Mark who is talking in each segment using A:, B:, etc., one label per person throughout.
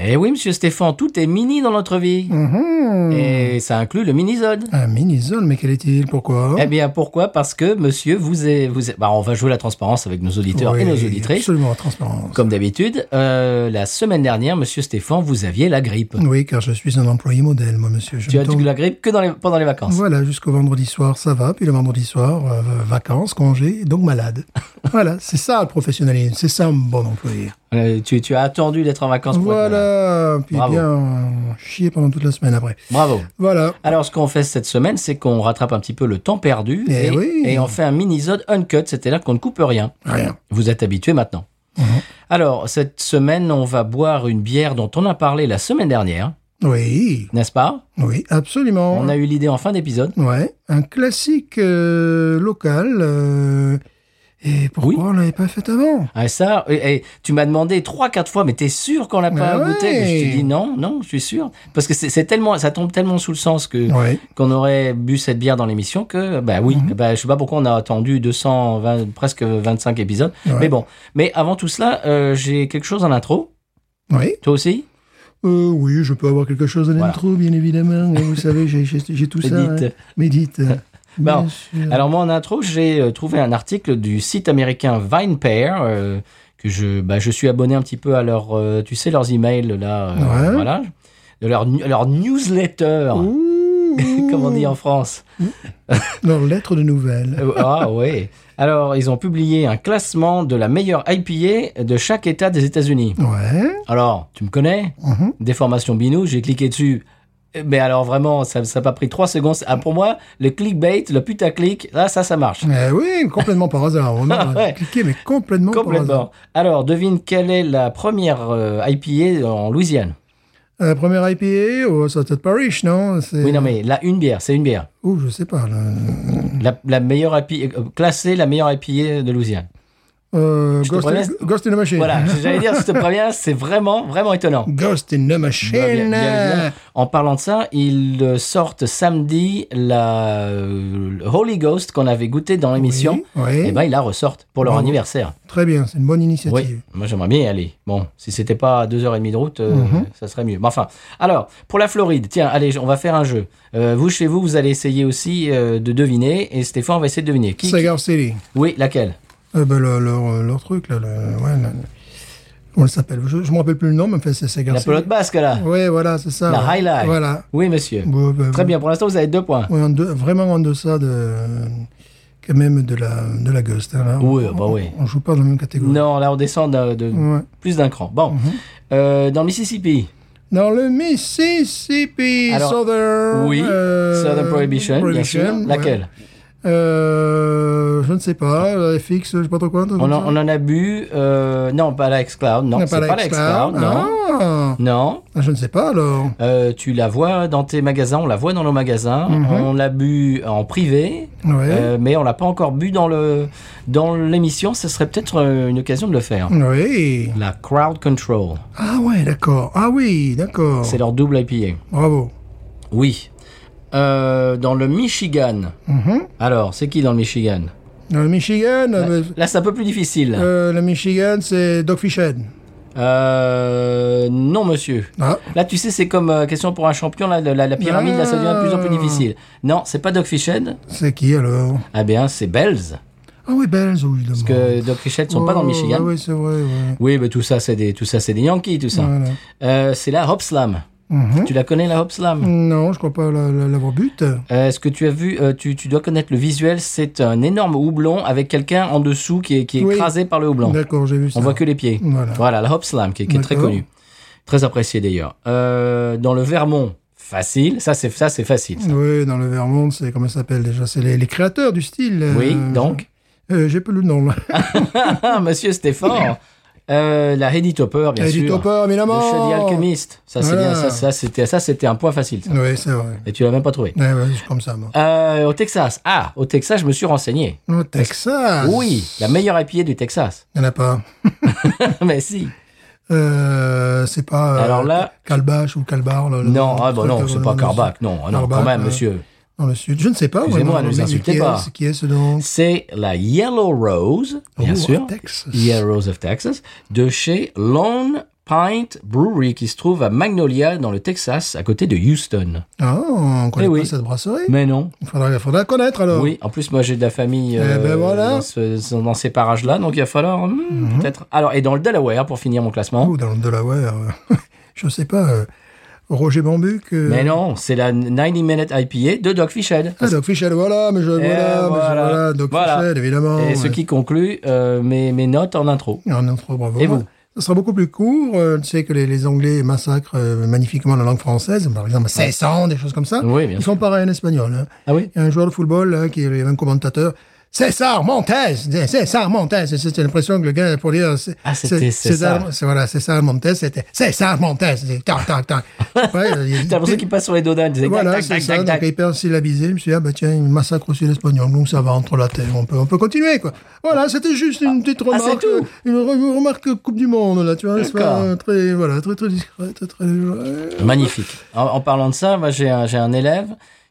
A: Eh oui, monsieur Stéphane, tout est mini dans notre vie.
B: Mhm.
A: Et ça inclut le minisode.
B: Un mini-zone, Ah, mais quel est-il Pourquoi
A: Eh bien, pourquoi Parce que monsieur, vous est, vous est- bah, on va jouer la transparence avec nos auditeurs et nos
B: Oui,
A: auditrices.
B: Absolument, transparence.
A: Comme d'habitude, euh, la semaine dernière, monsieur Stéphane, vous aviez la grippe.
B: Oui, car je suis un employé modèle, moi, monsieur. Je
A: Tu as
B: tourne-
A: eu la grippe que dans les- pendant les vacances.
B: Voilà, jusqu'au vendredi soir, ça va. Puis le vendredi soir, euh, vacances, congés, donc malade. voilà, c'est ça le professionnalisme, c'est ça un bon employé.
A: Euh, tu, tu as attendu d'être en vacances pour être malade.
B: Voilà, puis
A: Bravo.
B: bien euh, chier pendant toute la semaine après.
A: Bravo.
B: Voilà.
A: Alors, ce qu'on fait cette semaine, c'est qu'on rattrape un petit peu le temps perdu
B: Eh
A: et,
B: oui.
A: et on fait un mini-zode uncut, c'est-à-dire qu'on ne coupe rien.
B: Rien. Mhm.
A: Vous êtes habitué maintenant. Alors, cette semaine, on va boire une bière dont on a parlé la semaine dernière,
B: Oui,
A: n'est-ce pas
B: oui, absolument.
A: On a eu l'idée en fin d'épisode.
B: Ouais, un classique euh, local. euh, et pourquoi
A: Oui.
B: on l'avait pas fait avant
A: Ah, ça, et, et tu m'as demandé trois, quatre fois, mais t'es sûr qu'on l'a pas
B: Ah ouais.
A: goûté Mais Je te dis non, non, je suis sûr. Parce que c'est c'est tellement, ça tombe tellement sous le sens que
B: Ouais.
A: qu'on aurait bu cette bière dans l'émission que, bah oui,
B: Mhm.
A: bah, je sais pas pourquoi on a attendu 220, presque 25 épisodes.
B: Ouais.
A: Mais bon. Mais avant tout cela, euh, j'ai quelque chose en intro.
B: Oui.
A: Toi aussi
B: Euh, oui, je peux avoir quelque chose à
A: Voilà.
B: l'intro, bien évidemment. hein, Vous savez, j'ai- j'ai j'ai tout ça.
A: Médite.
B: hein. Médite.
A: Bon,
B: Bien sûr.
A: Alors moi en intro, j'ai euh, trouvé un article du site américain VinePair euh, que je bah, je suis abonné un petit peu à leur euh, tu sais leurs emails là euh,
B: Ouais.
A: voilà de leur nu- leur newsletter
B: Ouh.
A: comme on dit en France.
B: Leur lettre de nouvelles.
A: Euh, ah ouais. Alors ils ont publié un classement de la meilleure IPA de chaque état des États-Unis.
B: Ouais.
A: Alors, tu me connais
B: Mhm.
A: Des formations Binou, j'ai cliqué dessus. Euh, Mais alors vraiment, ça n'a pas pris trois secondes. Ah, pour moi, le clickbait, le putaclic, là, ça, ça marche.
B: Eh oui, complètement par hasard. On a
A: Ouais.
B: cliqué, mais complètement, par Mmh, hasard.
A: Complètement. Alors, devine quelle est la première euh, IPA en Louisiane
B: Euh, première IPA, oh, ça peut-être Parish, non C'est-
A: Oui, non, mais là, une bière, c'est une bière.
B: Ouh, je sais pas. là. Mmh.
A: La, la meilleure IPA, euh, classée la meilleure IPA de Louisiane.
B: Euh,
A: Je te
B: Ghost, in,
A: promets-
B: Ghost in the Machine.
A: Voilà, j'allais dire, je te préviens, c'est vraiment, vraiment étonnant.
B: Ghost in the Machine.
A: Bien, bien, bien,
B: Mmh.
A: bien. En parlant de ça, ils euh, sortent samedi la euh, le Holy Ghost qu'on avait goûté dans l'émission.
B: Oui, oui.
A: Et ben ils la ressortent pour leur
B: Bravo.
A: anniversaire.
B: Très bien, c'est une bonne
A: Oui,
B: initiative.
A: moi j'aimerais bien y aller. Bon, si c'était pas à deux heures et demie de route, euh, ça serait mieux. Mais enfin, alors, pour la Floride, tiens, allez, on va faire un jeu. Euh, vous, chez vous, vous allez essayer aussi euh, de deviner, et Stéphane va essayer de deviner. Qui, qui-
B: Cigar City.
A: Oui, laquelle
B: Euh, ben, le- leur, leur truc, là. Le, ouais, le- on le s'appelle. Je ne me rappelle plus le nom, mais enfin, c'est Cigar
A: La pelote basque, là
B: Oui, voilà, c'est ça.
A: La
B: ouais.
A: Highlight.
B: Voilà.
A: Oui, monsieur.
B: Ouais, ouais,
A: Très
B: ouais.
A: bien, pour l'instant, vous avez deux points.
B: Ouais, en de- vraiment en deçà de. Quand même de la, de la Ghost. hein, là.
A: Oui,
B: on,
A: bah oui.
B: On joue pas dans la même catégorie.
A: Non, là, on descend de, de-
B: Ouais.
A: plus d'un cran. Bon, Euh, dans le Mississippi,
B: Dans le Mississippi,
A: Alors,
B: Southern.
A: oui,
B: euh,
A: Southern Prohibition, bien
B: Prohibition,
A: sûr.
B: ouais.
A: Laquelle
B: Euh, je ne sais pas, la FX, je sais pas trop quoi. un truc
A: on
B: comme
A: en,
B: ça.
A: on en a bu, euh, non, pas la X-Cloud, non,
B: Ah,
A: c'est pas la X-Cloud,
B: X-Cloud.
A: non.
B: Ah,
A: Non,
B: je ne sais pas alors.
A: Euh, tu la vois dans tes magasins, on la voit dans nos magasins, on l'a bu en privé,
B: Ouais.
A: euh, mais on l'a pas encore bu dans le dans l'émission. Ce serait peut-être euh, une occasion de le faire.
B: Oui.
A: La Crowd Control,
B: Ah ouais, d'accord. Ah oui, d'accord.
A: c'est leur double IPA.
B: Bravo.
A: Oui. Euh, dans le Michigan.
B: Mhm.
A: Alors, c'est qui dans le Michigan
B: Dans le Michigan, euh,
A: Là, c'est un peu plus difficile. Euh...
B: euh, le Michigan, c'est Dogfish Head.
A: Euh, non, monsieur.
B: Ah,
A: Là, tu sais, c'est comme euh, question pour un champion. Là, la, la pyramide, là, ça devient de plus en plus difficile. Non, c'est pas Dogfish Head.
B: c'est qui alors
A: Eh bien, c'est Bells.
B: Ah oui, Bells, oui. Parce
A: que Dogfish Head sont pas dans le Michigan.
B: oui, c'est vrai, ouais.
A: Oui, mais tout ça, c'est des, tout ça, c'est des Yankees, tout ça.
B: Voilà.
A: Euh, c'est la Hop Slam.
B: Mhm.
A: Tu la connais, la Hop Slam
B: Non, je crois pas la- la- l'avoir but.
A: Euh, Est-ce que tu as vu euh, tu, tu dois connaître le visuel. C'est un énorme houblon avec quelqu'un en dessous qui est, qui est
B: Oui.
A: écrasé par le houblon.
B: D'accord, j'ai vu ça.
A: On voit que les pieds.
B: Voilà.
A: la Hop Slam qui, est- qui est très
B: D'accord.
A: connue, très appréciée d'ailleurs. Euh, dans le Vermont, facile. Ça, c'est ça, c'est facile. ça.
B: Oui, dans le Vermont, c'est comment ça s'appelle déjà C'est les, les créateurs du style. euh,
A: Oui, donc
B: euh, J'ai plus le nom. là.
A: Ah, Monsieur Stéphane, euh, la Heidi Topper, bien
B: Eddie
A: sûr.
B: Topper,
A: le
B: évidemment.
A: Shoddy Alchemist. Ça, c'est
B: Voilà.
A: bien. Ça, ça, c'était ça, c'était un point facile. ça.
B: Oui, c'est vrai.
A: Et tu l'as même pas trouvé.
B: Ouais, ouais, c'est comme ça, moi.
A: Euh, au Texas. Ah, au Texas, je me suis renseigné.
B: Au Texas.
A: Ah, Oui, la meilleure IPA du Texas.
B: Il n'y en a pas.
A: Mais si.
B: Euh, c'est pas. euh,
A: Alors là-
B: Calbache ou Calbar. là, le-
A: Non,
B: le
A: ah bah
B: truc,
A: non,
B: euh,
A: c'est
B: dans
A: pas
B: le-
A: Carbac. Non, ah non,
B: Carbac,
A: quand même,
B: euh,
A: monsieur.
B: Dans le sud. Je ne sais pas.
A: Excusez-moi,
B: vraiment,
A: ne
B: mais-
A: nous
B: mais
A: insultez
B: qui est-
A: pas.
B: c'est Qui est ce donc
A: C'est la Yellow Rose, bien
B: Oh,
A: sûr.
B: Texas.
A: Yellow Rose of Texas, de chez Lone Pint Brewery qui se trouve à Magnolia dans le Texas à côté de Houston.
B: Ah, on connaît
A: Eh
B: pas
A: oui.
B: cette brasserie.
A: Mais non.
B: Il faudra, il faudra connaître alors.
A: Oui, en plus moi j'ai de la famille euh,
B: ben voilà. Mhm.
A: dans, ce- dans ces parages-là, donc il va falloir hmm, peut-être. Alors et dans le Delaware pour finir mon classement.
B: Ou dans le Delaware. euh, je sais pas. euh, Roger Bambuc. euh,
A: Mais non, c'est la 90 Minute IPA de Dogfish Head.
B: Ah, Doc Fischel, voilà, mais je, voilà, mais je-
A: Eh, voilà.
B: voilà, Doc
A: Voilà.
B: Fischel, évidemment.
A: Et ce
B: ouais.
A: qui conclut euh, mes, mes notes en intro.
B: Ah, non, trop bravo.
A: Et vous
B: Ça sera beaucoup plus court. euh, tu sais que les, les Anglais massacrent euh, magnifiquement la langue française, par exemple 500, des choses comme ça.
A: Oui, bien
B: Ils sont pareils en espagnol. hein.
A: Ah oui
B: Il y a un joueur de football là, qui est un commentateur. César Montes, César Montes. Et C'était l'impression que le gars pour dire. c'est-
A: Ah, c'était
B: c'est-
A: César.
B: c'est- Voilà, César Montes, c'était César Montes. C'était Tac, tac, tac. Ouais, il- il-
A: T'as l'impression qu'il passe sur les dodanes. il disait
B: Voilà,
A: tac,
B: c'est
A: tac,
B: ça.
A: tac,
B: Donc,
A: tac, tac.
B: hyper syllabisé. Je me suis dit, ah, bah, tiens, il massacre aussi l'espagnol. Donc, ça va entre la terre. On peut, on peut continuer, quoi. Voilà, c'était juste une petite remarque.
A: Ah,
B: euh,
A: c'est tout
B: une re- une remarque Coupe du Monde, là. Tu vois, c'est
A: D'accord.
B: pas très, voilà, très, très discret, très, très, ouais.
A: Magnifique. En, en parlant de ça, moi j'ai un, j'ai un élève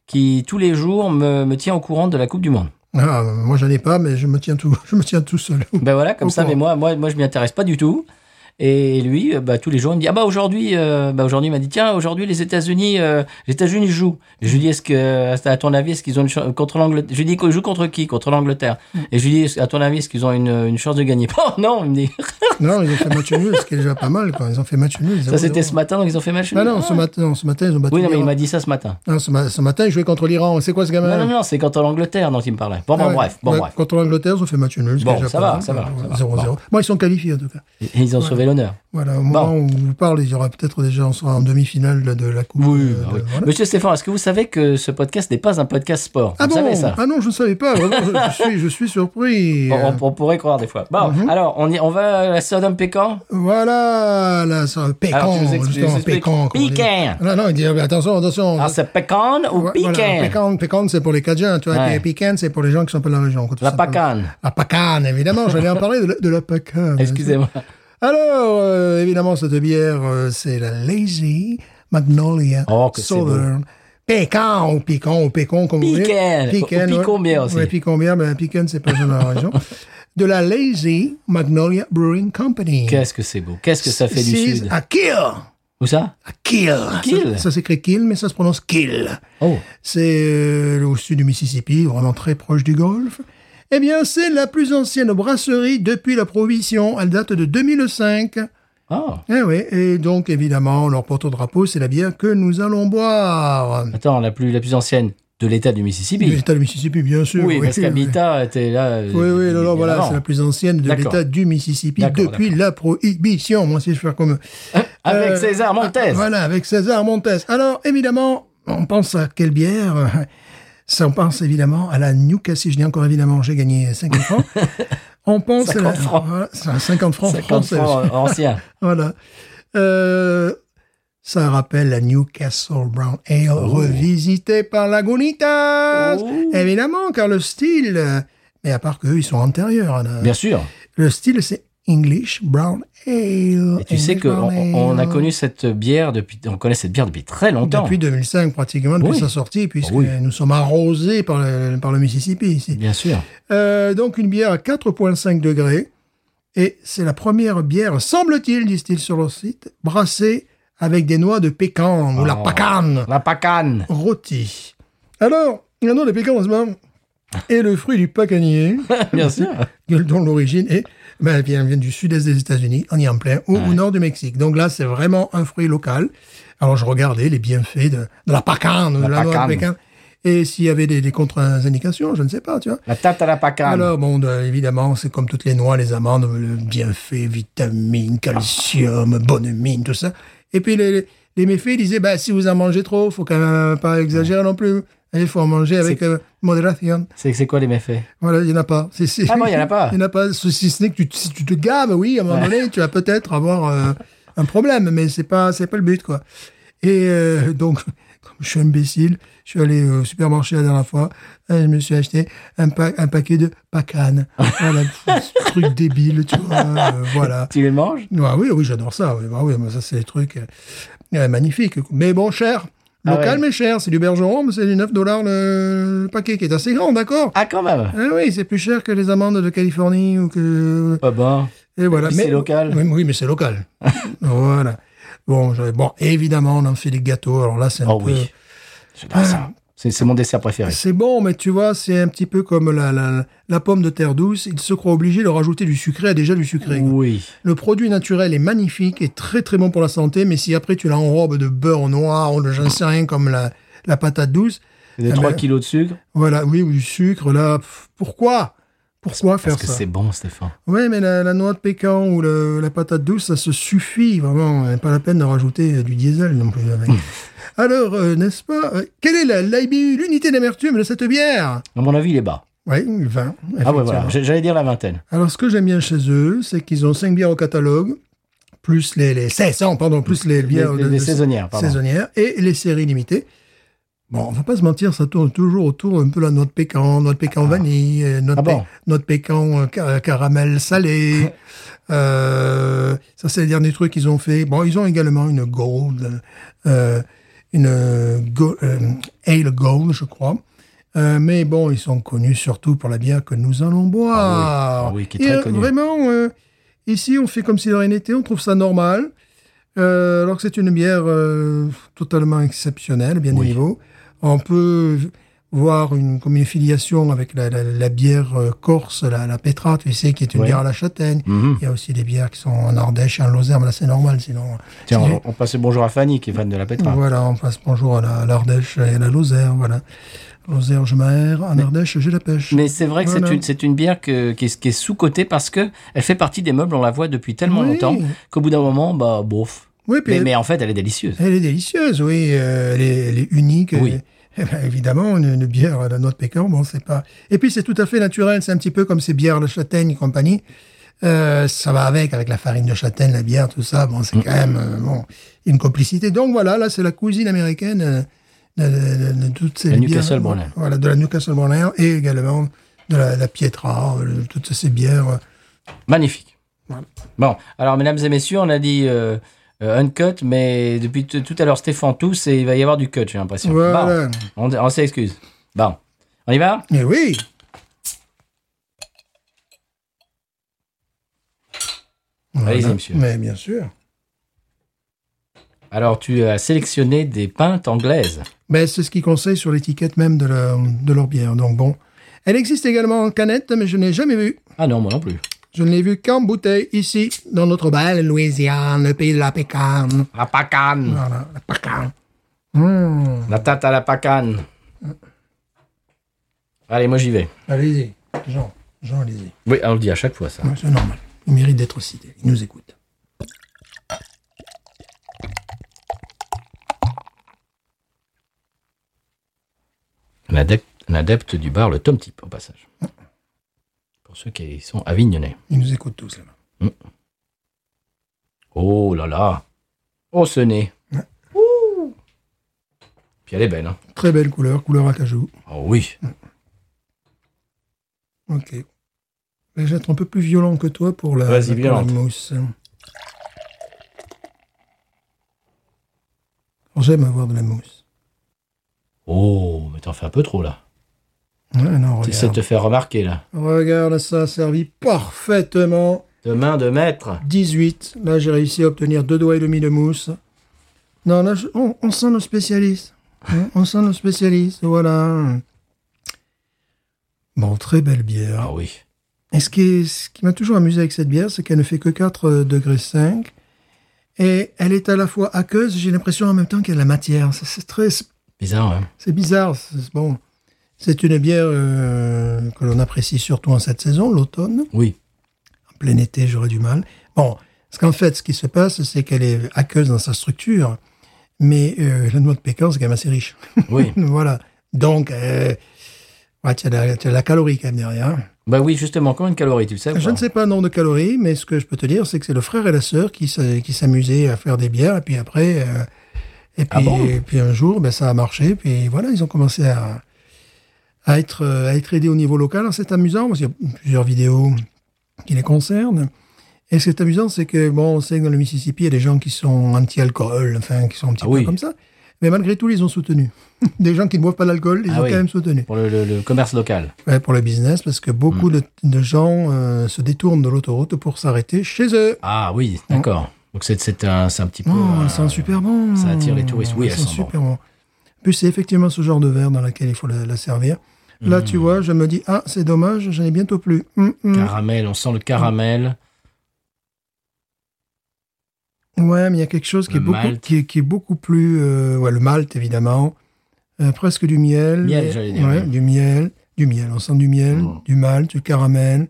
A: qui tous les jours me, me tient au courant de la Coupe du Monde.
B: Ah, moi, j'en ai pas, mais je me tiens tout, je me tiens tout seul.
A: Ben voilà, comme
B: Au
A: ça,
B: courant.
A: mais moi, moi, moi je m'y intéresse pas du tout. Et lui, euh, bah, tous les jours, il me dit Ah bah aujourd'hui, euh, bah, aujourd'hui, il m'a dit Tiens, aujourd'hui, les États-Unis, euh, les États-Unis jouent. Et je lui dis Est-ce que, à ton avis, est-ce qu'ils ont une chance contre l'Angleterre Je lui dis Ils jouent contre qui Contre l'Angleterre.
B: Mm.
A: Et je lui dis Est-ce- À ton avis, est-ce qu'ils ont une, une chance de gagner Oh non, il me
B: Ah
A: dit
B: non, ils ont fait match nul, ce qui est déjà pas mal, quoi. Ils ont fait match nul.
A: Ça, c'était ce matin, donc ils ont fait match
B: Non,
A: nul.
B: non, ce
A: Ah.
B: matin, non, ce matin, ils ont battu.
A: Oui, non, mais il
B: l'Iran.
A: m'a dit ça ce matin.
B: Non, ce, ma- ce matin, ils jouaient contre l'Iran. C'est quoi ce gamin
A: Non, non, non, c'est contre l'Angleterre dont il me parlait. Bon, bon,
B: Ah ouais.
A: bref, bon,
B: Ouais,
A: bref.
B: Contre l'Angleterre, ils ont fait match nul. ce qui
A: Bon,
B: est déjà
A: ça
B: pas
A: va,
B: mal,
A: ça va,
B: quoi.
A: ça va.
B: 0-0. Bon, ils sont qualifiés, en tout cas.
A: Et Ils ont sauvé l'honneur.
B: Voilà, au moment où on vous parle, il y aura peut-être déjà, on sera en demi-finale de la Coupe.
A: Oui,
B: euh,
A: bah
B: de-
A: oui.
B: voilà.
A: Monsieur Stéphane, est-ce que vous savez que ce podcast n'est pas un podcast sport
B: Ah
A: Vous
B: bon
A: savez ça
B: Ah non, je ne savais pas. Vraiment, je, je suis, je suis surpris.
A: On, on- on pourrait croire des fois. Bon,
B: Mm-hmm.
A: alors, on, y- on va à la Sodome Pécan
B: Voilà, là, ça, Pécan,
A: Alors, je vous explique- je
B: justement,
A: vous explique.
B: Pécan. qu'on dit.
A: Pékin.
B: Non, non, il dit, ah, mais attention, attention.
A: Ah, c'est Pécan ou
B: Ouais,
A: Pékin
B: voilà, Pécan, Pécan, c'est pour les Cadiens, tu vois,
A: Ouais.
B: et Pékin, c'est pour les gens qui sont pas de la région. quoi, tout
A: La
B: simplement.
A: pacane.
B: La pacane, évidemment, j'allais en parler de la, de la pacane.
A: Excusez-moi.
B: Alors, euh, évidemment, cette bière, euh, c'est la Lazy Magnolia
A: Oh, que c'est
B: Southern. Pécan ou picon ou pécon, comme vous voulez.
A: Piquen, ou picon bière aussi.
B: Ouais, picon bière, mais picon, c'est pas dans la région. De la Lazy Magnolia Brewing Company.
A: Qu'est-ce que c'est beau Qu'est-ce que ça fait du
B: This is
A: Sud
B: A kill.
A: Où ça
B: A kill.
A: Kill.
B: Ça, ça s'écrit kill, mais ça se prononce kill.
A: Oh,
B: C'est euh, au sud du Mississippi, vraiment très proche du Golfe. Eh bien, c'est la plus ancienne brasserie depuis la Prohibition. Elle date de 2005.
A: oh.
B: Eh oui, et donc évidemment, leur porte-drapeau, c'est la bière que nous allons boire.
A: Attends, la plus, la plus ancienne de l'État du Mississippi.
B: L'État du Mississippi, bien sûr.
A: oui, parce qu'Habitat était là. euh,
B: Oui, oui, non, non,
A: bien
B: voilà,
A: avant.
B: c'est la plus ancienne de
A: D'accord.
B: l'État du Mississippi
A: D'accord,
B: depuis la Prohibition. Moi, si je fais comme...
A: Avec
B: Euh,
A: César Montes.
B: Ah, Voilà, avec César Montes. Alors, évidemment, on pense à quelle bière Ça, on pense évidemment à la Newcastle. Je dis encore évidemment, j'ai gagné 50 francs. On pense
A: 50
B: à la...
A: francs.
B: Voilà, c'est un 50 francs
A: 50
B: français.
A: francs euh, anciens.
B: Voilà. Euh, ça rappelle la Newcastle Brown Ale revisitée par Lagunitas.
A: Oh.
B: Évidemment, car le style, euh, mais à part qu'eux, ils sont antérieurs. hein, là.
A: Bien sûr.
B: Le style, c'est English Brown Ale.
A: Et tu sais
B: English
A: qu'on
B: Brown
A: on on a
B: Ale.
A: connu cette bière depuis, on connaît cette bière depuis très longtemps.
B: Depuis 2005, pratiquement, depuis
A: Oui.
B: sa sortie, puisque
A: oui.
B: nous sommes arrosés par le, par le Mississippi ici.
A: Bien sûr.
B: Euh, donc, une bière à 4,5 degrés. Et c'est la première bière, semble-t-il, disent-ils sur leur site, brassée avec des noix de pécan ou la
A: Oh.
B: pacane
A: La pacane.
B: rôtie. Alors, la noix de pécan, on se marre, est le fruit du pacanier,
A: Bien sûr.
B: dont l'origine est, ben, vient, vient du sud-est des États-Unis, en y en plein, ou au nord du Mexique. Donc là, c'est vraiment un fruit local. Alors, je regardais les bienfaits de, de la pacane, de la noix
A: pacane.
B: de pécan. Et s'il y avait des, des contre-indications, je ne sais pas, tu vois.
A: La tarte à la pacane.
B: Alors, bon, euh, évidemment, c'est comme toutes les noix, les amandes, le bienfait, vitamines, calcium, bonne mine, tout ça. Et puis, les, les méfaits disaient, bah, si vous en mangez trop, faut quand même pas exagérer non plus. Il faut en manger avec euh, modération.
A: C'est c'est quoi les méfaits
B: Voilà, il n'y en a pas. C'est- c'est-
A: Ah bon, il n'y en a pas
B: Il n'y en a pas. Si si ce n'est que tu, si tu te gaves, oui, à un moment donné, tu vas peut-être avoir euh, un problème, mais c'est pas, c'est pas le but, quoi. Et euh, donc, comme je suis imbécile, je suis allé au supermarché la dernière fois, et je me suis acheté un, pa- un paquet de pacanes. Voilà, ce truc débile, tu vois. euh, voilà.
A: Tu les manges
B: Ouais, oui, oui, j'adore ça. Oui, bah oui, moi, ça, c'est des trucs euh, euh, magnifiques. Mais bon, cher.
A: Ah
B: Local,
A: ouais.
B: mais cher. C'est du Bergeron, mais c'est du 9 dollars le le paquet, qui est assez grand, d'accord
A: Ah, quand même
B: ah oui, c'est plus cher que les amandes de Californie ou que.
A: Ah ben,
B: Et voilà.
A: puis c'est local.
B: Oui, oui, mais c'est local. voilà. Bon, je- bon, évidemment, on en fait des gâteaux. Alors là, c'est un
A: Oh
B: peu.
A: oui. J'adore ça. C'est c'est mon dessert préféré.
B: C'est bon, mais tu vois, c'est un petit peu comme la, la, la pomme de terre douce. Ils se croient obligés de rajouter du sucré à déjà du sucré.
A: Oui.
B: Le produit naturel est magnifique et très très bon pour la santé, mais si après tu l'enrobes de beurre noir ou de j'en sais rien comme la, la patate douce,
A: Les
B: Ah,
A: 3
B: mais-
A: kilos de sucre.
B: voilà, oui, ou du sucre, là, pff, pourquoi Pourquoi
A: Parce
B: faire
A: que
B: ça
A: c'est bon, Stéphane.
B: Oui, mais la, la noix de pécan ou le- la patate douce, ça se suffit vraiment. Euh, Pas la peine de rajouter euh, du diesel non plus. avec. Alors, euh, n'est-ce pas euh, Quelle est la, l'IBU, l'unité d'amertume de cette bière
A: À mon avis, il est bas.
B: Oui, 20.
A: Ah ouais, voilà. J'- J'allais dire la vingtaine.
B: Alors, ce que j'aime bien chez eux, c'est qu'ils ont 5 bières au catalogue, plus les, les 1600, pardon, plus les bières
A: les-
B: de-
A: les
B: de-
A: saisonnières, pardon.
B: saisonnières et les séries limitées. Bon, on va pas se mentir, ça tourne toujours autour un peu la noix de pécan, noix de pécan vanille, euh, noix, de
A: Ah
B: pé-
A: bon
B: noix de pécan euh, ca- caramel salé. Euh, ça, c'est les derniers trucs qu'ils ont fait. Bon, ils ont également une gold, euh, une euh, go- euh, ale gold, je crois. Euh, mais bon, ils sont connus surtout pour la bière que nous allons boire.
A: Ah oui, qui est très
B: Et, euh,
A: connue.
B: Vraiment, euh, ici, on fait comme si de rien n'était, on trouve ça normal. Euh, alors que c'est une bière euh, totalement exceptionnelle, bien au
A: Oui.
B: niveau. On peut voir une, comme une filiation avec la, la- la bière euh, corse, la, la Petra, tu sais, qui est une
A: Ouais.
B: bière à la châtaigne.
A: Mhm.
B: Il y a aussi des bières qui sont en Ardèche et en Lozère, mais là c'est normal, sinon.
A: Tiens,
B: sinon-
A: on, on passe le bonjour à Fanny, qui est fan de la pétra.
B: voilà, on passe bonjour à la- à l'Ardèche et à la Lozère, voilà. Lozère, je m'aère, en Ardèche, j'ai la pêche.
A: Mais c'est vrai que
B: Voilà.
A: c'est une, c'est une bière que, qui, est- qui est sous-cotée parce que elle fait partie des meubles, on la voit depuis tellement
B: Oui.
A: longtemps qu'au bout d'un moment, bah, bof.
B: Oui, puis
A: Mais,
B: elle,
A: mais en fait, elle est délicieuse.
B: elle est délicieuse, oui, euh, elle, est, elle est unique.
A: Oui.
B: euh, eh ben, évidemment, une, une bière à la noix de pécan, bon, c'est pas. Et puis c'est tout à fait naturel, c'est un petit peu comme ces bières à la châtaigne et compagnie. Euh, ça va avec, avec la farine de châtaigne, la bière, tout ça. Bon,
A: Mm.
B: c'est quand même euh, bon, une complicité. Donc voilà, là, c'est la cuisine américaine euh, de, de- de- de toutes ces
A: La
B: bières.
A: Newcastle Brown Ale.
B: Voilà, de la Newcastle Brown Ale et également de la, la Pietra, euh, toutes ces bières. euh,
A: Magnifique.
B: Voilà.
A: Bon, alors, mesdames et messieurs, on a dit euh, euh, uncut, mais depuis t- tout à l'heure, Stéphane tous et il va y avoir du cut, j'ai l'impression. Bon,
B: Voilà.
A: on, on s'excuse. Bon, on y va
B: Mais oui,
A: Allez-y,
B: Voilà.
A: monsieur.
B: Mais bien sûr.
A: Alors, tu as sélectionné des pintes anglaises.
B: Ben, c'est ce qu'ils conseillent sur l'étiquette même de leur, de leur bière. Donc bon. Elle existe également en canette, mais je n'ai jamais vu.
A: Ah non, moi non plus.
B: Je ne l'ai vu qu'en bouteille, ici, dans notre belle Louisiane, le pays de la pécane.
A: La pacane
B: Voilà, la pécane. Mmh.
A: La tarte à la pacane Allez, moi j'y vais.
B: Allez-y, Jean. Jean, allez-y.
A: Oui, on le dit à chaque fois, ça.
B: Ouais, c'est normal. Il mérite d'être cité. Il nous écoute.
A: Un adepte, un adepte du bar, le Tom Tip, au passage. Pour ceux qui sont avignonnais.
B: Il nous écoute tous, là-bas.
A: Oh là là Oh, ce nez
B: Ouais.
A: Ouh. Puis elle est belle, hein
B: Très belle couleur, couleur acajou.
A: Oh oui
B: Ok. Je vais être un peu plus violent que toi pour la,
A: Vas-y,
B: pour la
A: violente.
B: mousse. J'aime avoir de la mousse.
A: Oh, mais t'en fais un peu trop, là.
B: Ouais, non,
A: T'essaies de
B: Oh, regarde.
A: te faire remarquer, là.
B: Regarde, ça a servi parfaitement.
A: De main de maître
B: 18. Là, j'ai réussi à obtenir deux doigts et demi de mousse. Non, là, je- on, on sent nos spécialistes. Hein, on sent nos spécialistes, voilà. Bon, très belle bière.
A: Ah oui.
B: Et ce qui, est- ce qui m'a toujours amusé avec cette bière, c'est qu'elle ne fait que 4 degrés 5. Et elle est à la fois aqueuse, j'ai l'impression en même temps qu'il y a de la matière. Ça, C'est très,
A: Bizarre, hein
B: c'est bizarre. c'est- Bon, c'est une bière euh, que l'on apprécie surtout en cette saison, l'automne.
A: Oui.
B: En plein été, j'aurais du mal. Bon, parce qu'en fait, ce qui se passe, c'est qu'elle est aqueuse dans sa structure, mais euh, la noix de pécan, c'est quand même assez riche.
A: Oui.
B: voilà. Donc, euh, ouais, tu as de la- tu as de la calorie quand même derrière.
A: bah oui, justement, combien de calories, tu le sais ou
B: Je
A: pas
B: ne sais pas le nombre de calories, mais ce que je peux te dire, c'est que c'est le frère et la sœur qui s'a- qui s'amusaient à faire des bières, et puis après, euh, et, puis,
A: Ah bon
B: et puis un jour, ben, ça a marché, puis voilà, ils ont commencé à, à, être, euh, à être aidés au niveau local. Alors, C'est amusant, parce qu'il y a plusieurs vidéos qui les concernent. Et ce qui est amusant, c'est que, bon, on sait que dans le Mississippi, il y a des gens qui sont anti-alcool, enfin, qui sont un petit
A: Ah
B: peu
A: oui.
B: comme ça. Mais malgré tout, ils ont soutenu. Des gens qui ne boivent pas d'alcool, ils
A: Ah
B: ont
A: oui.
B: quand même soutenu.
A: Pour le, le- le commerce local.
B: Ouais, pour le business, parce que
A: Hmm.
B: beaucoup de, de gens euh, se détournent de l'autoroute pour s'arrêter chez eux.
A: Ah oui, d'accord. Donc c'est c'est un, c'est un petit peu.
B: Mm.
A: euh,
B: Oh,
A: un-
B: elles sont super bon.
A: ça attire les touristes. Oui, elles
B: sont
A: sont bons.
B: super bon. Puis c'est effectivement ce genre de verre dans lequel il faut la, la servir. Là,
A: Hmm.
B: tu vois, je me dis, ah, c'est dommage, j'en ai bientôt plus. Hum, hum.
A: Caramel, on sent le caramel.
B: Ouais, mais il y a quelque chose qui
A: Le
B: est, beaucoup,
A: malt.
B: qui, est, qui est beaucoup plus. euh, ouais, le malt, évidemment. Euh, presque du miel.
A: Miel,
B: Et-
A: j'allais dire,
B: ouais,
A: oui.
B: du miel. Du miel. On sent du miel,
A: Mm.
B: du malt, du caramel.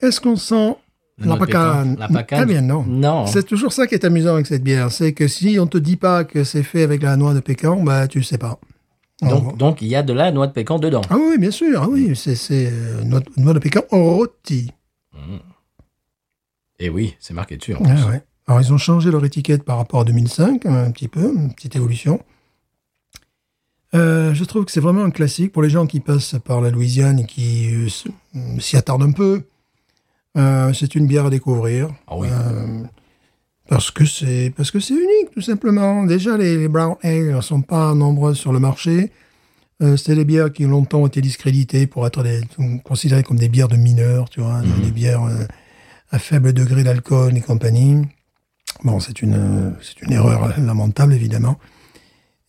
B: Est-ce qu'on sent
A: la noix
B: la
A: de
B: pacane
A: pécan, La pacane.
B: Eh bien, non.
A: Non.
B: C'est toujours ça qui est amusant avec cette bière. C'est que si on te dit pas que c'est fait avec la noix de pécan, bah, tu sais pas. En gros.
A: Donc, Mm. donc il y a de la noix de pécan dedans.
B: Ah oui, bien sûr. Ah oui, c'est- c'est euh, noix, de- noix de pécan rôti.
A: Mm. Et oui, c'est marqué dessus. en plus.
B: Ah ouais. Alors, ils ont changé leur étiquette par rapport à 2005, hein, un petit peu, une petite évolution. Euh, je trouve que c'est vraiment un classique pour les gens qui passent par la Louisiane et qui euh, s- s'y attardent un peu. Euh, c'est une bière à découvrir.
A: Ah oui.
B: Euh, parce que c'est parce que c'est unique tout simplement. Déjà les, les brown ale ne sont pas nombreuses sur le marché. Euh, c'est des bières qui longtemps ont été discréditées pour être des- considérées comme des bières de mineurs, tu vois, des bières euh, à faible degré d'alcool et compagnie. Bon, c'est une euh, c'est une erreur lamentable évidemment.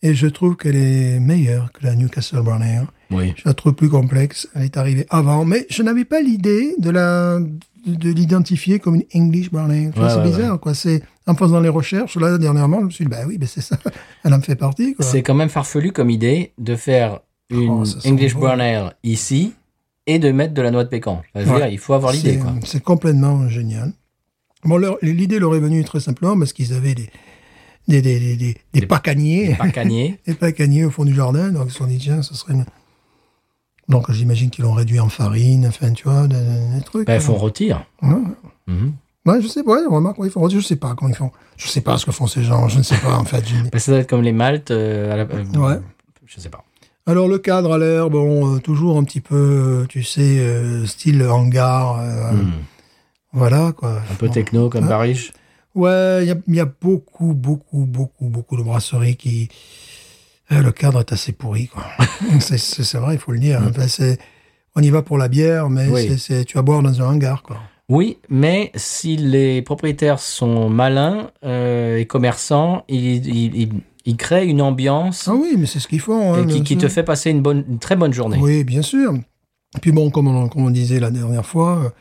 B: Et je trouve qu'elle est meilleure que la Newcastle Brown Ale.
A: Oui.
B: Je la trouve plus complexe. Elle est arrivée avant, mais je n'avais pas l'idée de la de, de l'identifier comme une English brown ale. Tu vois,
A: Ouais,
B: c'est
A: ouais,
B: bizarre, quoi. C'est en faisant les recherches là dernièrement, je me suis dit bah oui, bah c'est ça. Elle en fait partie, quoi.
A: C'est quand même farfelu comme idée de faire une
B: Oh, ça sent
A: English
B: bon.
A: Brown Ale ici et de mettre de la noix de pécan. Enfin, je veux
B: Ouais.
A: dire, il faut avoir l'idée.
B: C'est-
A: quoi.
B: C'est complètement génial. Bon, leur- l'idée leur est venue très simplement parce qu'ils avaient des des des des, des, des
A: Des-
B: pacaniers.
A: Des pacaniers.
B: et pas cagné au fond du jardin. Donc ils se sont dit, tiens, ce serait. une- Donc j'imagine qu'ils l'ont réduit en farine, enfin, tu vois, des, des- des trucs.
A: Ben,
B: hein.
A: ils font rôtir.
B: Ouais.
A: Mhm.
B: Ouais, je sais pas, ouais, remarque, ouais, ils font- je sais pas comment ils font. Je sais pas ce que font ces gens, je ne sais pas en fait. je-
A: Ben, ça doit être comme les maltes. euh, à la- euh,
B: Ouais.
A: Je sais pas.
B: Alors le cadre a l'air, bon, euh, toujours un petit peu, euh, tu sais, euh, style hangar, euh,
A: Mhm.
B: voilà quoi.
A: Un peu techno comme
B: Ouais.
A: Paris.
B: Ouais, il y a- il y, a beaucoup, beaucoup, beaucoup, beaucoup de brasseries qui... Euh, le cadre est assez pourri, quoi. c'est c'est- c'est vrai, il faut le dire. Enfin, c'est- on y va pour la bière, mais
A: Hmm. Oui.
B: c'est- c'est- tu vas boire dans un hangar, quoi.
A: Oui, mais si les propriétaires sont malins euh, et commerçants, ils, ils- ils- ils créent une ambiance
B: Ah oui, mais c'est ce qu'ils font.
A: euh,
B: hein,
A: qui,
B: bien
A: qui te
B: sûr.
A: fait passer une, bonne, une très bonne journée.
B: Oui, bien sûr. Et puis bon, comme on, comme on disait la dernière fois,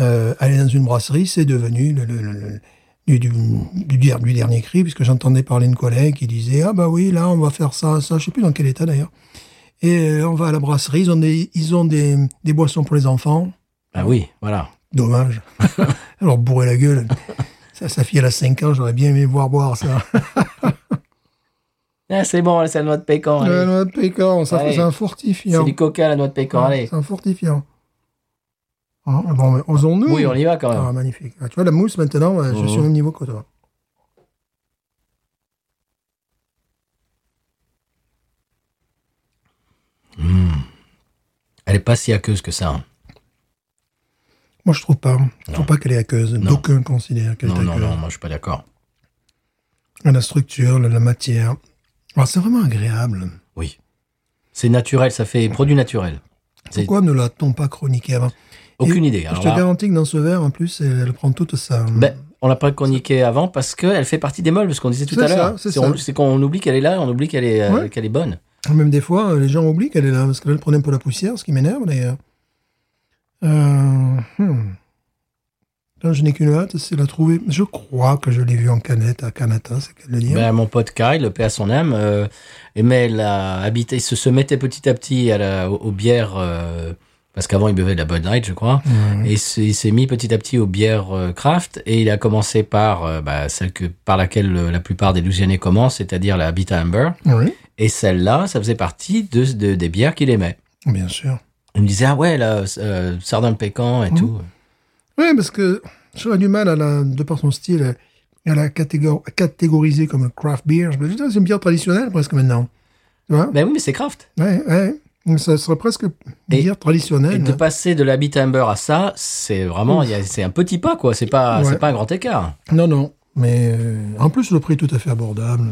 B: euh, aller dans une brasserie, c'est devenu le, le- le- le- du, du- du der- du dernier cri, puisque j'entendais parler une collègue qui disait Ah bah oui, là, on va faire ça, ça, je sais plus dans quel état d'ailleurs. Et euh, on va à la brasserie, ils ont des, ils ont des, des boissons pour les enfants.
A: Ah oui, voilà.
B: Dommage. Alors, bourrer la gueule. Ça, sa fille, elle a 5 ans, j'aurais bien aimé voir boire ça.
A: Ah, c'est bon, c'est la noix de pécan. allez.
B: Euh, notre pécan, ça,
A: Allez.
B: c'est un fortifiant.
A: c'est du coca, la noix de pécan.
B: Ouais,
A: allez.
B: C'est un fortifiant. Ah, bon, mais osons-nous.
A: Oui, on y va quand même.
B: Ah, magnifique. Ah, tu vois, la mousse, maintenant, ouais, je
A: Mhm.
B: suis au même niveau que toi. Ah.
A: Hmm. Elle est pas si aqueuse que ça. hein.
B: Moi, je trouve pas. Je
A: Non.
B: trouve pas qu'elle est aqueuse.
A: Non.
B: D'aucuns considèrent qu'elle est
A: Non, non,
B: aqueuse. Ah,
A: non, moi je suis pas d'accord.
B: La structure, la, la matière. Ah, c'est vraiment agréable.
A: Oui. C'est naturel, ça fait produit naturel. C'est-
B: Pourquoi ne l'a-t-on pas chroniquée avant
A: Aucune idée.
B: Je
A: Alors
B: te
A: là,
B: garantis que dans ce verre, en plus, elle prend toute sa...
A: ben, on l'a pas chroniquée avant parce qu'elle fait partie des molles, parce qu'on disait tout
B: C'est
A: à
B: ça,
A: l'heure.
B: c'est
A: C'est on-
B: ça.
A: c'est qu'on oublie qu'elle est là, on oublie qu'elle est, euh,
B: Ouais.
A: qu'elle est bonne.
B: Même des fois, euh, les gens oublient qu'elle est là, parce que là, elle prenait un peu la poussière, ce qui m'énerve d'ailleurs. Euh, hmm. Là, je n'ai qu'une hâte, c'est la trouver. Je crois que je l'ai vue en canette à Canada, c'est qu'elle le dit. hein.
A: Ben, mon pote Kyle, le paix à son âme, euh, aimait la habiter, se, se mettait petit à petit à la, aux, aux bières, euh, parce qu'avant il buvait de la Bud Light, je crois,
B: Ouais.
A: et il s'est- il s'est mis petit à petit aux bières euh, craft, et il a commencé par euh, bah, celle que, par laquelle euh, la plupart des Louisianais commencent, c'est-à-dire la Bita Amber,
B: Oui,
A: et celle-là, ça faisait partie de, de- des bières qu'il aimait.
B: bien sûr.
A: Il me disait, ah ouais, la euh, sardin de pécan et tout.
B: Oui, parce que j'aurais du mal à la, de par son style, à la catégor- catégoriser comme craft beer. Je me dis, Putain, c'est une bière traditionnelle presque maintenant. Tu vois
A: Ben oui, mais c'est craft.
B: Ouais, ouais. Donc, Ça serait presque une
A: Et-
B: bière
A: Et
B: traditionnelle.
A: de passer de la Bita Amber à ça, c'est vraiment, il y a- c'est un petit pas, quoi, c'est pas,
B: Ouais.
A: c'est pas un grand écart.
B: Non, non. Mais euh, en plus, le prix est tout à fait abordable.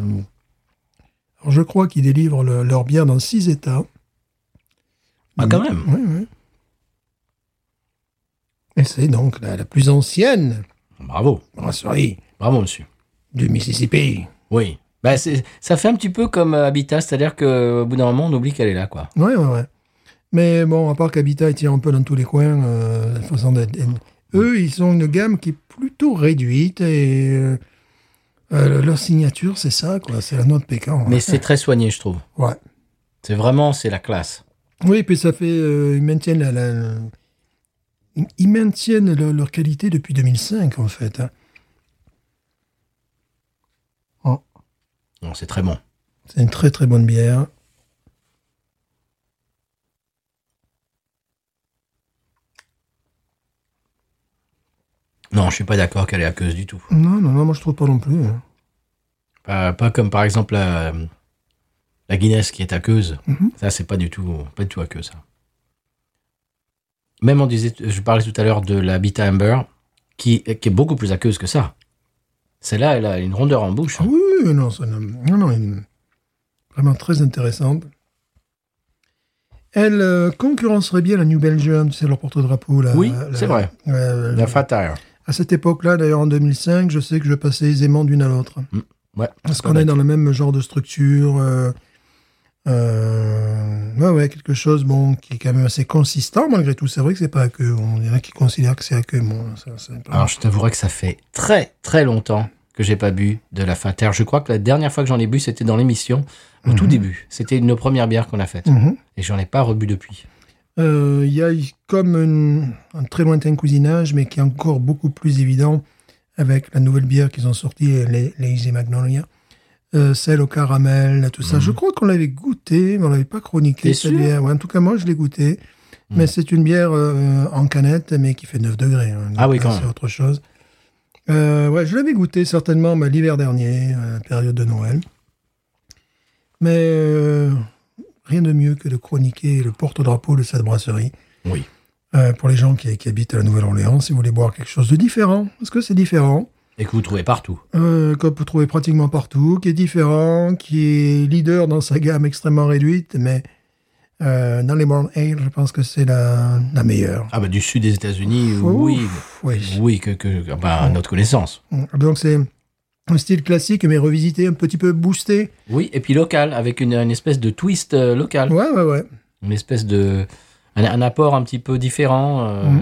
B: Alors, je crois qu'ils délivrent le- leur bière dans six États.
A: Ah, quand même.
B: Oui, oui. Et c'est donc la, la plus ancienne
A: Bravo.
B: brasserie
A: Bravo, monsieur.
B: du Mississippi.
A: Oui. Bah, c'est- ça fait un petit peu comme euh, Habitat, c'est-à-dire qu'au bout d'un moment, on oublie qu'elle est là, quoi.
B: Ouais, ouais, ouais. Mais bon, à part qu'Habitat ils tirent un peu dans tous les coins, euh, la façon d'être- Eux, ils ont une gamme qui est plutôt réduite et euh, euh, leur signature, c'est ça, quoi. C'est la noix de pécan. hein.
A: Mais c'est très soigné, je trouve.
B: Ouais.
A: C'est vraiment, c'est la classe.
B: Oui, puis ça fait. euh, ils maintiennent, la, la- la- ils maintiennent leur, leur qualité depuis 2005, en fait. hein.
A: Non, c'est très bon.
B: C'est une très très bonne bière.
A: Non, je suis pas d'accord qu'elle est aqueuse du tout.
B: Non, non, non, moi je trouve pas non plus. hein.
A: Pas, pas comme par exemple la, la Guinness qui est aqueuse.
B: Mhm.
A: Ça, c'est pas du tout, pas du tout aqueux, ça. Même on disait, je parlais tout à l'heure de l'Habitat Amber, qui, qui est beaucoup plus aqueuse que ça. Celle-là, elle a une rondeur en bouche.
B: Ah oui, oui, oui, non, ça, non, non, non, une- vraiment très intéressante. Elle euh, concurrencerait bien la New Belgium, c'est leur porte-drapeau. là.
A: Oui,
B: Ah, La-
A: c'est vrai.
B: euh,
A: La Fatire.
B: à cette époque-là, d'ailleurs en 2005, je sais que je passais aisément d'une à l'autre.
A: Mm, Ouais.
B: Parce
A: pas
B: qu'on est
A: bête.
B: dans le même genre de structure. euh, euh, ouais, ouais, quelque chose bon, qui est quand même assez consistant malgré tout. C'est vrai que c'est pas que. Il y en a qui considèrent que c'est que. Bon, ça, c'est pas-
A: Alors, je t'avouerai que ça fait très, très longtemps que j'ai pas bu de la Fatère. Je crois que la dernière fois que j'en ai bu, c'était dans l'émission, au tout début. C'était nos premières bières qu'on a faites.
B: Mhm.
A: Et j'en ai pas rebu depuis.
B: Euh, Il y a comme une- un très lointain cousinage, mais qui est encore beaucoup plus évident avec la nouvelle bière qu'ils ont sortie, les, les Easy Magnolia. Euh, celle au caramel, tout ça. Je crois qu'on l'avait goûtée, mais on l'avait pas chroniquée,
A: Mhm. T'es
B: cette
A: sûr
B: bière. Ouais, en tout cas, moi, je l'ai goûtée. Mais c'est une bière euh, en canette, mais qui fait 9 degrés. hein.
A: Ah oui,
B: Donc,
A: quand
B: C'est
A: même.
B: autre chose. Euh, ouais, je l'avais goûtée certainement bah, l'hiver dernier, à la période de Noël. Mais euh, rien de mieux que de chroniquer le porte-drapeau de cette brasserie.
A: Oui.
B: Euh, pour les gens qui, qui habitent à la Nouvelle-Orléans, si vous voulez boire quelque chose de différent, parce que c'est différent,
A: Et que vous trouvez partout.
B: euh, que vous trouvez pratiquement partout, qui est différent, qui est leader dans sa gamme extrêmement réduite, mais euh, dans les Brown Ale, je pense que c'est la, la meilleure.
A: Ah bah du sud des États-Unis, oui.
B: Ouf, oui.
A: Oui, que, que ah bah, à notre connaissance.
B: Donc c'est un style classique, mais revisité, un petit peu boosté.
A: Oui, et puis local, avec une, une espèce de twist euh, local.
B: Ouais, ouais, ouais.
A: Une espèce de... Un, un apport un petit peu différent. euh,
B: Mm.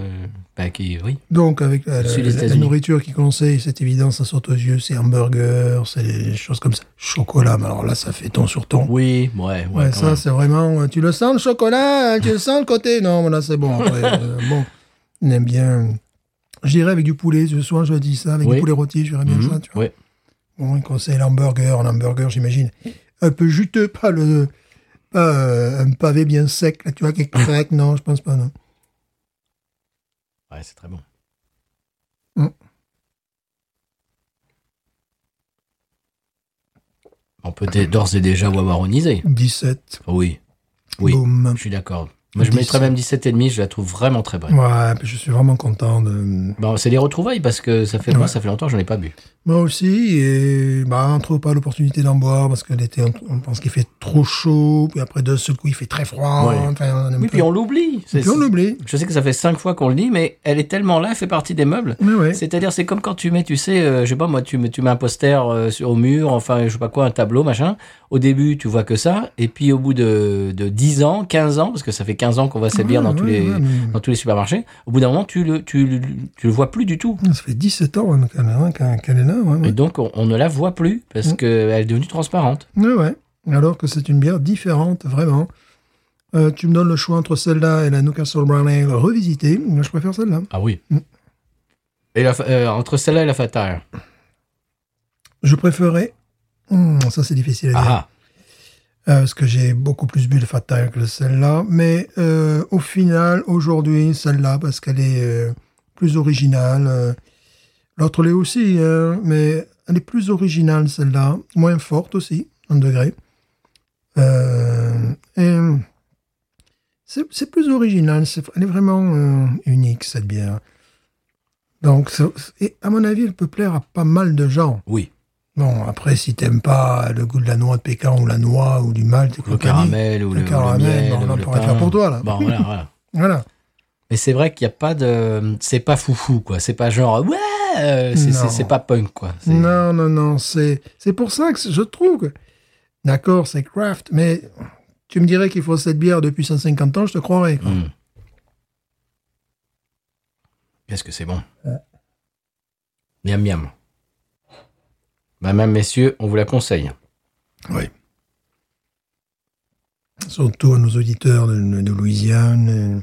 A: bah, qui, oui.
B: Donc, avec la,
A: Je
B: la-
A: suis les
B: la
A: États-Unis.
B: nourriture qui conseille, c'est évident, ça saute aux yeux, c'est hamburger, c'est des choses comme ça. Chocolat, mais alors là, ça fait ton sur ton.
A: Oui, ouais, ouais,
B: Ouais,
A: quand
B: ça,
A: même.
B: c'est vraiment. euh, Tu le sens le chocolat, hein, tu le sens le côté. Non, mais là, c'est bon. après, euh, bon, on aime bien. J'irai avec du poulet, ce soir, je dis ça, avec
A: Oui.
B: du poulet rôti, j'irai bien
A: Mhm,
B: ça, tu vois.
A: oui.
B: Bon, il conseille l'hamburger, l'hamburger, j'imagine. Un peu juteux, pas le. Pas euh, un pavé bien sec, là, tu vois, qui craque. Non, je pense pas, non.
A: Ouais, c'est très bon.
B: Mm.
A: On peut dé- d'ores et déjà wawaroniser.
B: 17.
A: Oui, oui,
B: Boum.
A: je suis d'accord. Moi, je mettrais
B: 17.
A: même 17,5, je la trouve vraiment très bonne.
B: Ouais, puis je suis vraiment content de.
A: Bon, c'est les retrouvailles parce que ça fait,
B: Ouais.
A: moi, ça fait longtemps que j'en ai pas bu.
B: Moi aussi, et bah, on trouve pas l'opportunité d'en boire parce que l'été, on, on pense qu'il fait trop chaud, puis après, d'un seul coup, il fait très froid.
A: Ouais.
B: Enfin, on aime
A: Oui,
B: pas.
A: puis on l'oublie. C'est-
B: Puis on l'oublie.
A: Je sais que ça fait cinq fois qu'on le dit, mais elle est tellement là, elle fait partie des meubles.
B: Mais ouais.
A: C'est-à-dire, c'est comme quand tu mets, tu sais, euh, je sais pas moi, tu mets, tu mets un poster euh, sur- au mur, enfin, je sais pas quoi, un tableau, machin. Au début, tu vois que ça, et puis au bout de, de 10 ans, 15 ans, parce que ça fait 15 ans qu'on voit cette bière dans,
B: Ouais,
A: tous
B: ouais,
A: les,
B: ouais, mais
A: dans tous les supermarchés, au bout d'un moment, tu le, tu, le- tu le vois plus du tout.
B: Ça fait 17 ans hein, qu'elle hein, qu'elle- qu'elle est là. Ouais,
A: Et
B: ouais.
A: donc, on, on ne la voit plus, parce
B: Mm.
A: qu'elle est devenue transparente.
B: Ouais, ouais. Alors que c'est une bière différente, vraiment. Euh, tu me donnes le choix entre celle-là et la Newcastle Brown Ale revisitée. Moi, Je préfère celle-là.
A: Ah oui.
B: Mm.
A: Et la fa- euh, entre celle-là et la fatale.
B: Je préférais. Hum, ça, c'est difficile à dire.
A: Ah,
B: Euh, parce que j'ai beaucoup plus bu le Fat Tire que celle-là. Mais euh, au final, aujourd'hui, celle-là, parce qu'elle est euh, plus originale. euh, L'autre l'est aussi, hein, mais elle est plus originale, celle-là. Moins forte aussi, en degré. Euh, et euh, c'est c'est plus original. c'est- Elle est vraiment euh, unique, cette bière. Donc, ça- et à mon avis, elle peut plaire à pas mal de gens.
A: Oui.
B: Bon, après, si t'aimes pas le goût de la noix de pécan ou la noix ou du malt, et
A: Le
B: compagnie,
A: caramel ou le,
B: le
A: le
B: caramel,
A: miel,
B: on
A: ou
B: en
A: le
B: pourrait
A: pain.
B: faire pour toi, là.
A: Bon, voilà, voilà.
B: Voilà.
A: Mais c'est vrai qu'il n'y a pas de. C'est pas foufou, quoi. C'est pas genre. Ouais euh, c'est- C'est
B: Non.
A: c'est pas punk, quoi. C'est-
B: Non, non, non, c'est c'est pour ça que je trouve que... D'accord, c'est craft, mais tu me dirais qu'il faut cette bière depuis 150 ans, je te croirais. quoi.
A: Hmm. Qu'est-ce que c'est bon Miam miam. Madame, messieurs, on vous la conseille.
B: Surtout à nos auditeurs de, de Louisiane,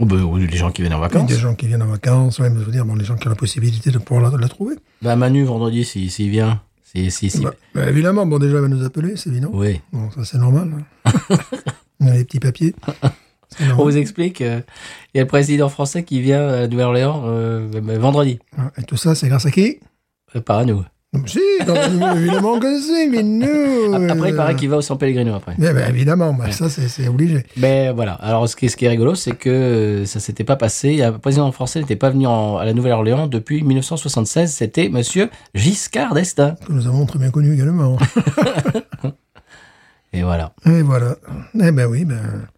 A: Ou, ben, ou les gens qui viennent en
B: euh,
A: vacances.
B: des gens qui viennent en vacances, ouais, mais je veux dire, bon, les gens qui ont la possibilité de pouvoir la, la trouver.
A: Bah, Manu, vendredi, s'il s'il vient. Si, si, si. Oh.
B: Bah, bah, évidemment, bon, déjà, elle va nous appeler, c'est évident.
A: Oui.
B: Bon, ça, c'est normal. hein. On a les petits papiers. C'est
A: On
B: normal.
A: vous explique, euh, il y a le président français qui vient euh, de Orléans euh, bah, bah, vendredi.
B: Ah, Et tout ça, c'est grâce à qui
A: Euh, Pas à nous.
B: Non, mais Si, non, mais évidemment que si, mais nous.
A: Après, il
B: euh,
A: paraît qu'il va au San Pellegrino après.
B: eh ben, évidemment, bah, ça, c'est c'est obligé.
A: Mais voilà. Alors, ce qui, ce qui est rigolo, c'est que euh, ça s'était pas passé. Un président français n'était pas venu en- à la Nouvelle-Orléans depuis 1976. C'était Monsieur Giscard d'Estaing.
B: Que nous avons très bien connu également.
A: Et voilà.
B: Et voilà. Eh ben oui, ben.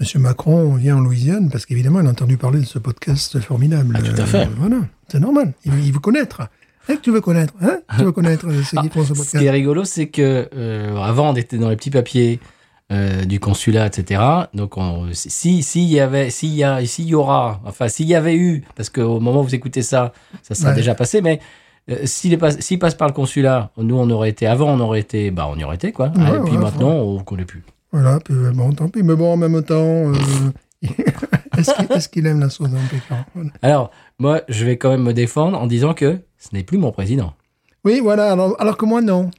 B: Monsieur Macron vient en Louisiane parce qu'évidemment, il a entendu parler de ce podcast formidable.
A: Ah, tout à fait.
B: Euh, voilà, c'est normal. Il, il veut connaître. Hein, que tu veux connaître hein Tu veux connaître euh, ceux qui font ce
A: Ah, Ce qui
B: podcast
A: est rigolo, c'est que euh, avant, on était dans les petits papiers euh, du consulat, etc. Donc, on, si s'il y avait, s'il y a, s'il y aura, enfin, s'il y avait eu, parce qu'au moment où vous écoutez ça, ça sera
B: Ouais.
A: déjà passé, mais. euh, S'il est pas- s'il passe par le consulat, nous on aurait été avant, on aurait été, bah on y aurait été quoi.
B: Ouais,
A: et puis
B: ouais,
A: maintenant, on connaît plus.
B: Voilà, puis, euh, bon, tant pis. Mais bon, en même temps, euh, est-ce qu'il est-ce qu'il aime la sauce en pécan Voilà.
A: Alors, moi, je vais quand même me défendre en disant que ce n'est plus mon président.
B: Oui, voilà. Alors, alors que moi, non.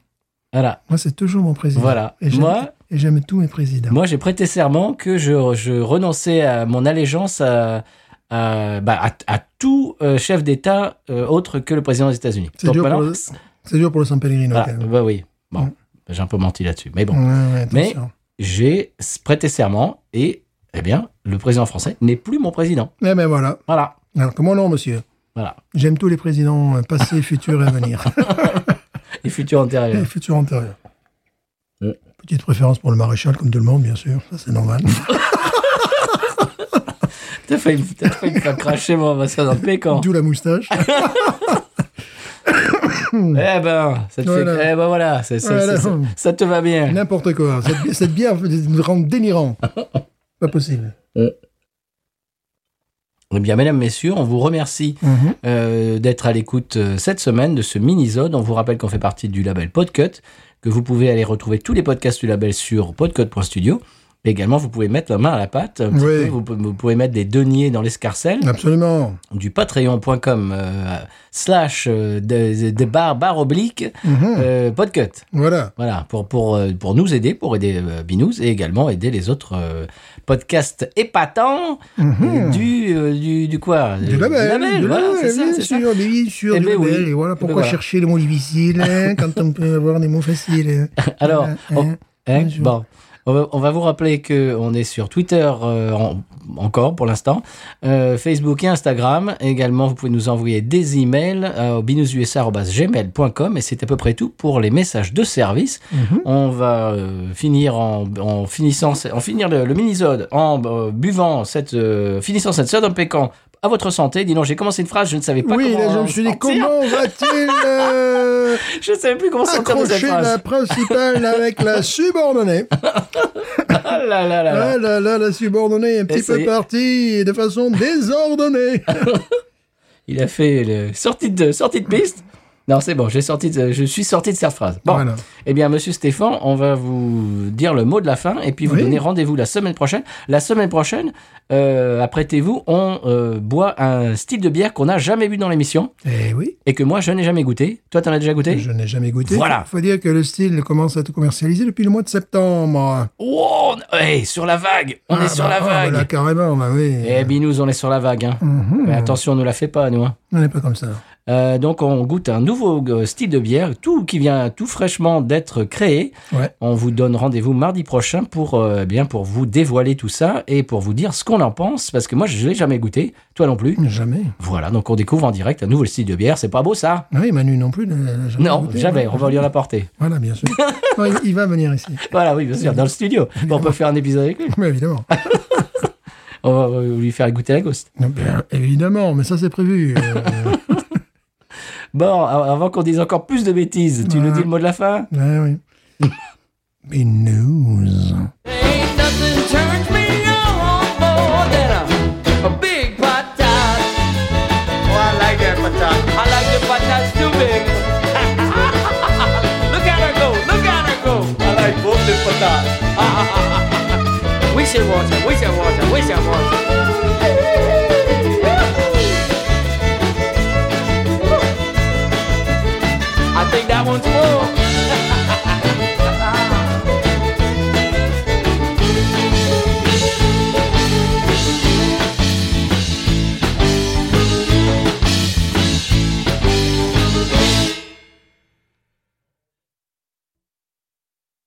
A: Voilà,
B: Moi, c'est toujours mon président.
A: voilà.
B: Et j'aime-
A: Moi,
B: Et j'aime tous mes présidents.
A: moi j'ai prêté serment que je, je renonçais à mon allégeance à, à, bah, à- à tout euh, chef d'État euh, autre que le président des États-Unis.
B: C'est dur, pour
A: maintenant,
B: le- c'est dur pour le San Pellegrino.
A: voilà,
B: quand même.
A: bah oui, bon,
B: Mm.
A: j'ai un peu menti là-dessus. Mais bon,
B: Ouais, ouais,
A: Mais-
B: attention.
A: j'ai prêté serment et, eh bien, le président français n'est plus mon président.
B: Eh ben voilà.
A: Voilà,
B: Alors que moi, non, monsieur.
A: voilà.
B: J'aime tous les présidents euh, passés, futurs et à venir.
A: Et futur
B: Et
A: antérieur.
B: futurs antérieurs.
A: Ouais.
B: Petite préférence pour le maréchal, comme tout le monde, bien sûr. Ça, c'est normal.
A: T'as failli, me- t'as failli me faire cracher mon masseur dans le pécan.
B: D'où la moustache.
A: Eh ben, ça te
B: Voilà.
A: fait... Eh ben voilà, c'est- c'est-
B: Voilà.
A: c'est- ça, ça te va bien.
B: N'importe quoi. Cette, bi- cette bière nous rend délirant. Pas possible.
A: Eh bien, mesdames, messieurs, on vous remercie
B: Mhm.
A: euh, d'être à l'écoute euh, cette semaine de ce mini-zode. On vous rappelle qu'on fait partie du label Podcut, que vous pouvez aller retrouver tous les podcasts du label sur podcut.studio. Et également, vous pouvez mettre la main à la pâte. un petit peu.
B: Oui.
A: Vous, pou- vous pouvez mettre des deniers dans l'escarcelle
B: Absolument.
A: du patreon.com euh, slash euh, des des barres barre oblique
B: Mhm.
A: euh, Podcut.
B: Voilà.
A: Voilà, pour, pour, euh, pour nous aider, pour aider euh, Binous et également aider les autres euh, podcasts épatants euh, du, euh, du, du quoi
B: Mhm. Du label. du
A: voilà,
B: label,
A: c'est ça,
B: bien
A: c'est ça.
B: sûr, bien sûr,
A: Eh
B: du
A: ben oui.
B: label. Et
A: Eh
B: voilà
A: ben
B: pourquoi
A: voilà.
B: chercher les mots difficiles hein, quand on peut avoir des mots faciles. hein.
A: Alors,
B: Hein,
A: on,
B: hein.
A: hein,
B: bien sûr.
A: bon, on, va, on va vous rappeler que on est sur Twitter euh, en- encore pour l'instant, euh, Facebook et Instagram. Également, vous pouvez nous envoyer des emails euh, au binoususa.gmail.com et c'est à peu près tout pour les messages de service.
B: Mhm.
A: On va euh, finir en, en finissant, ce- en finir le, le mini-zode en euh, buvant cette, euh, finissant cette sode en pécan à votre santé. Dis donc, j'ai commencé une phrase, je ne savais pas
B: Oui,
A: comment.
B: là, je me suis dit,
A: sortir.
B: comment va-t-il euh,
A: Je ne savais plus comment sortir de cette
B: accrocher
A: phrase.
B: la principale avec la subordonnée
A: Ah là là là là.
B: Ah là là, la subordonnée est un petit peu
A: Essayez.
B: partie de façon désordonnée.
A: Il a fait le sortie de sortie de piste. Non, c'est bon, j'ai sorti de- je suis sorti de cette phrase. Bon,
B: Voilà.
A: eh bien, Monsieur Stéphane, on va vous dire le mot de la fin et puis vous
B: Oui.
A: donner rendez-vous la semaine prochaine. La semaine prochaine, euh, apprêtez-vous, on euh, boit un style de bière qu'on n'a jamais bu dans l'émission
B: Eh oui,
A: et que moi je n'ai jamais goûté. Toi, t'en as déjà goûté
B: je n'ai jamais goûté.
A: Voilà.
B: Faut dire que le style commence à être commercialisé depuis le mois de septembre.
A: Oh, on- hey, sur la vague, on
B: Ah,
A: est sur
B: bah,
A: la
B: ah,
A: vague. ben.
B: bah là, carrément, bah oui.
A: Eh, binous, on est sur la vague. hein.
B: Mhm.
A: Mais attention, on ne la fait pas, nous. hein.
B: On n'est pas comme ça.
A: Euh, donc on goûte un nouveau euh, style de bière, tout qui vient tout fraîchement d'être créé.
B: Ouais.
A: On vous donne rendez-vous mardi prochain pour euh, bien pour vous dévoiler tout ça et pour vous dire ce qu'on en pense parce que moi je l'ai jamais goûté, toi non plus.
B: Jamais. Ah
A: Voilà, donc on découvre en direct un nouveau style de bière, c'est pas beau ça
B: Oui, Manu non plus. ne l'a jamais
A: Non,
B: goûté,
A: jamais,
B: voilà.
A: on va lui en apporter.
B: Voilà, bien sûr. Non, il, il va venir ici.
A: Voilà, oui, bien sûr, dans le studio. Bon, on peut faire un épisode avec lui.
B: Mais évidemment.
A: On va euh, lui faire goûter la ghost.
B: Non, bien, évidemment, mais ça c'est prévu. Euh,
A: Bon, a- avant qu'on dise encore plus de bêtises, tu nous dis le mot de la fin
B: ouais, oui. Mais news.
C: Ain't nothing turns me on more than a, a big pot tot. Oh, I like that pot tot. I like the pot tots too big. look at her go, look at her go. I like both the pot tots. we should watch her, we should watch her, we should watch her. I think that one's full.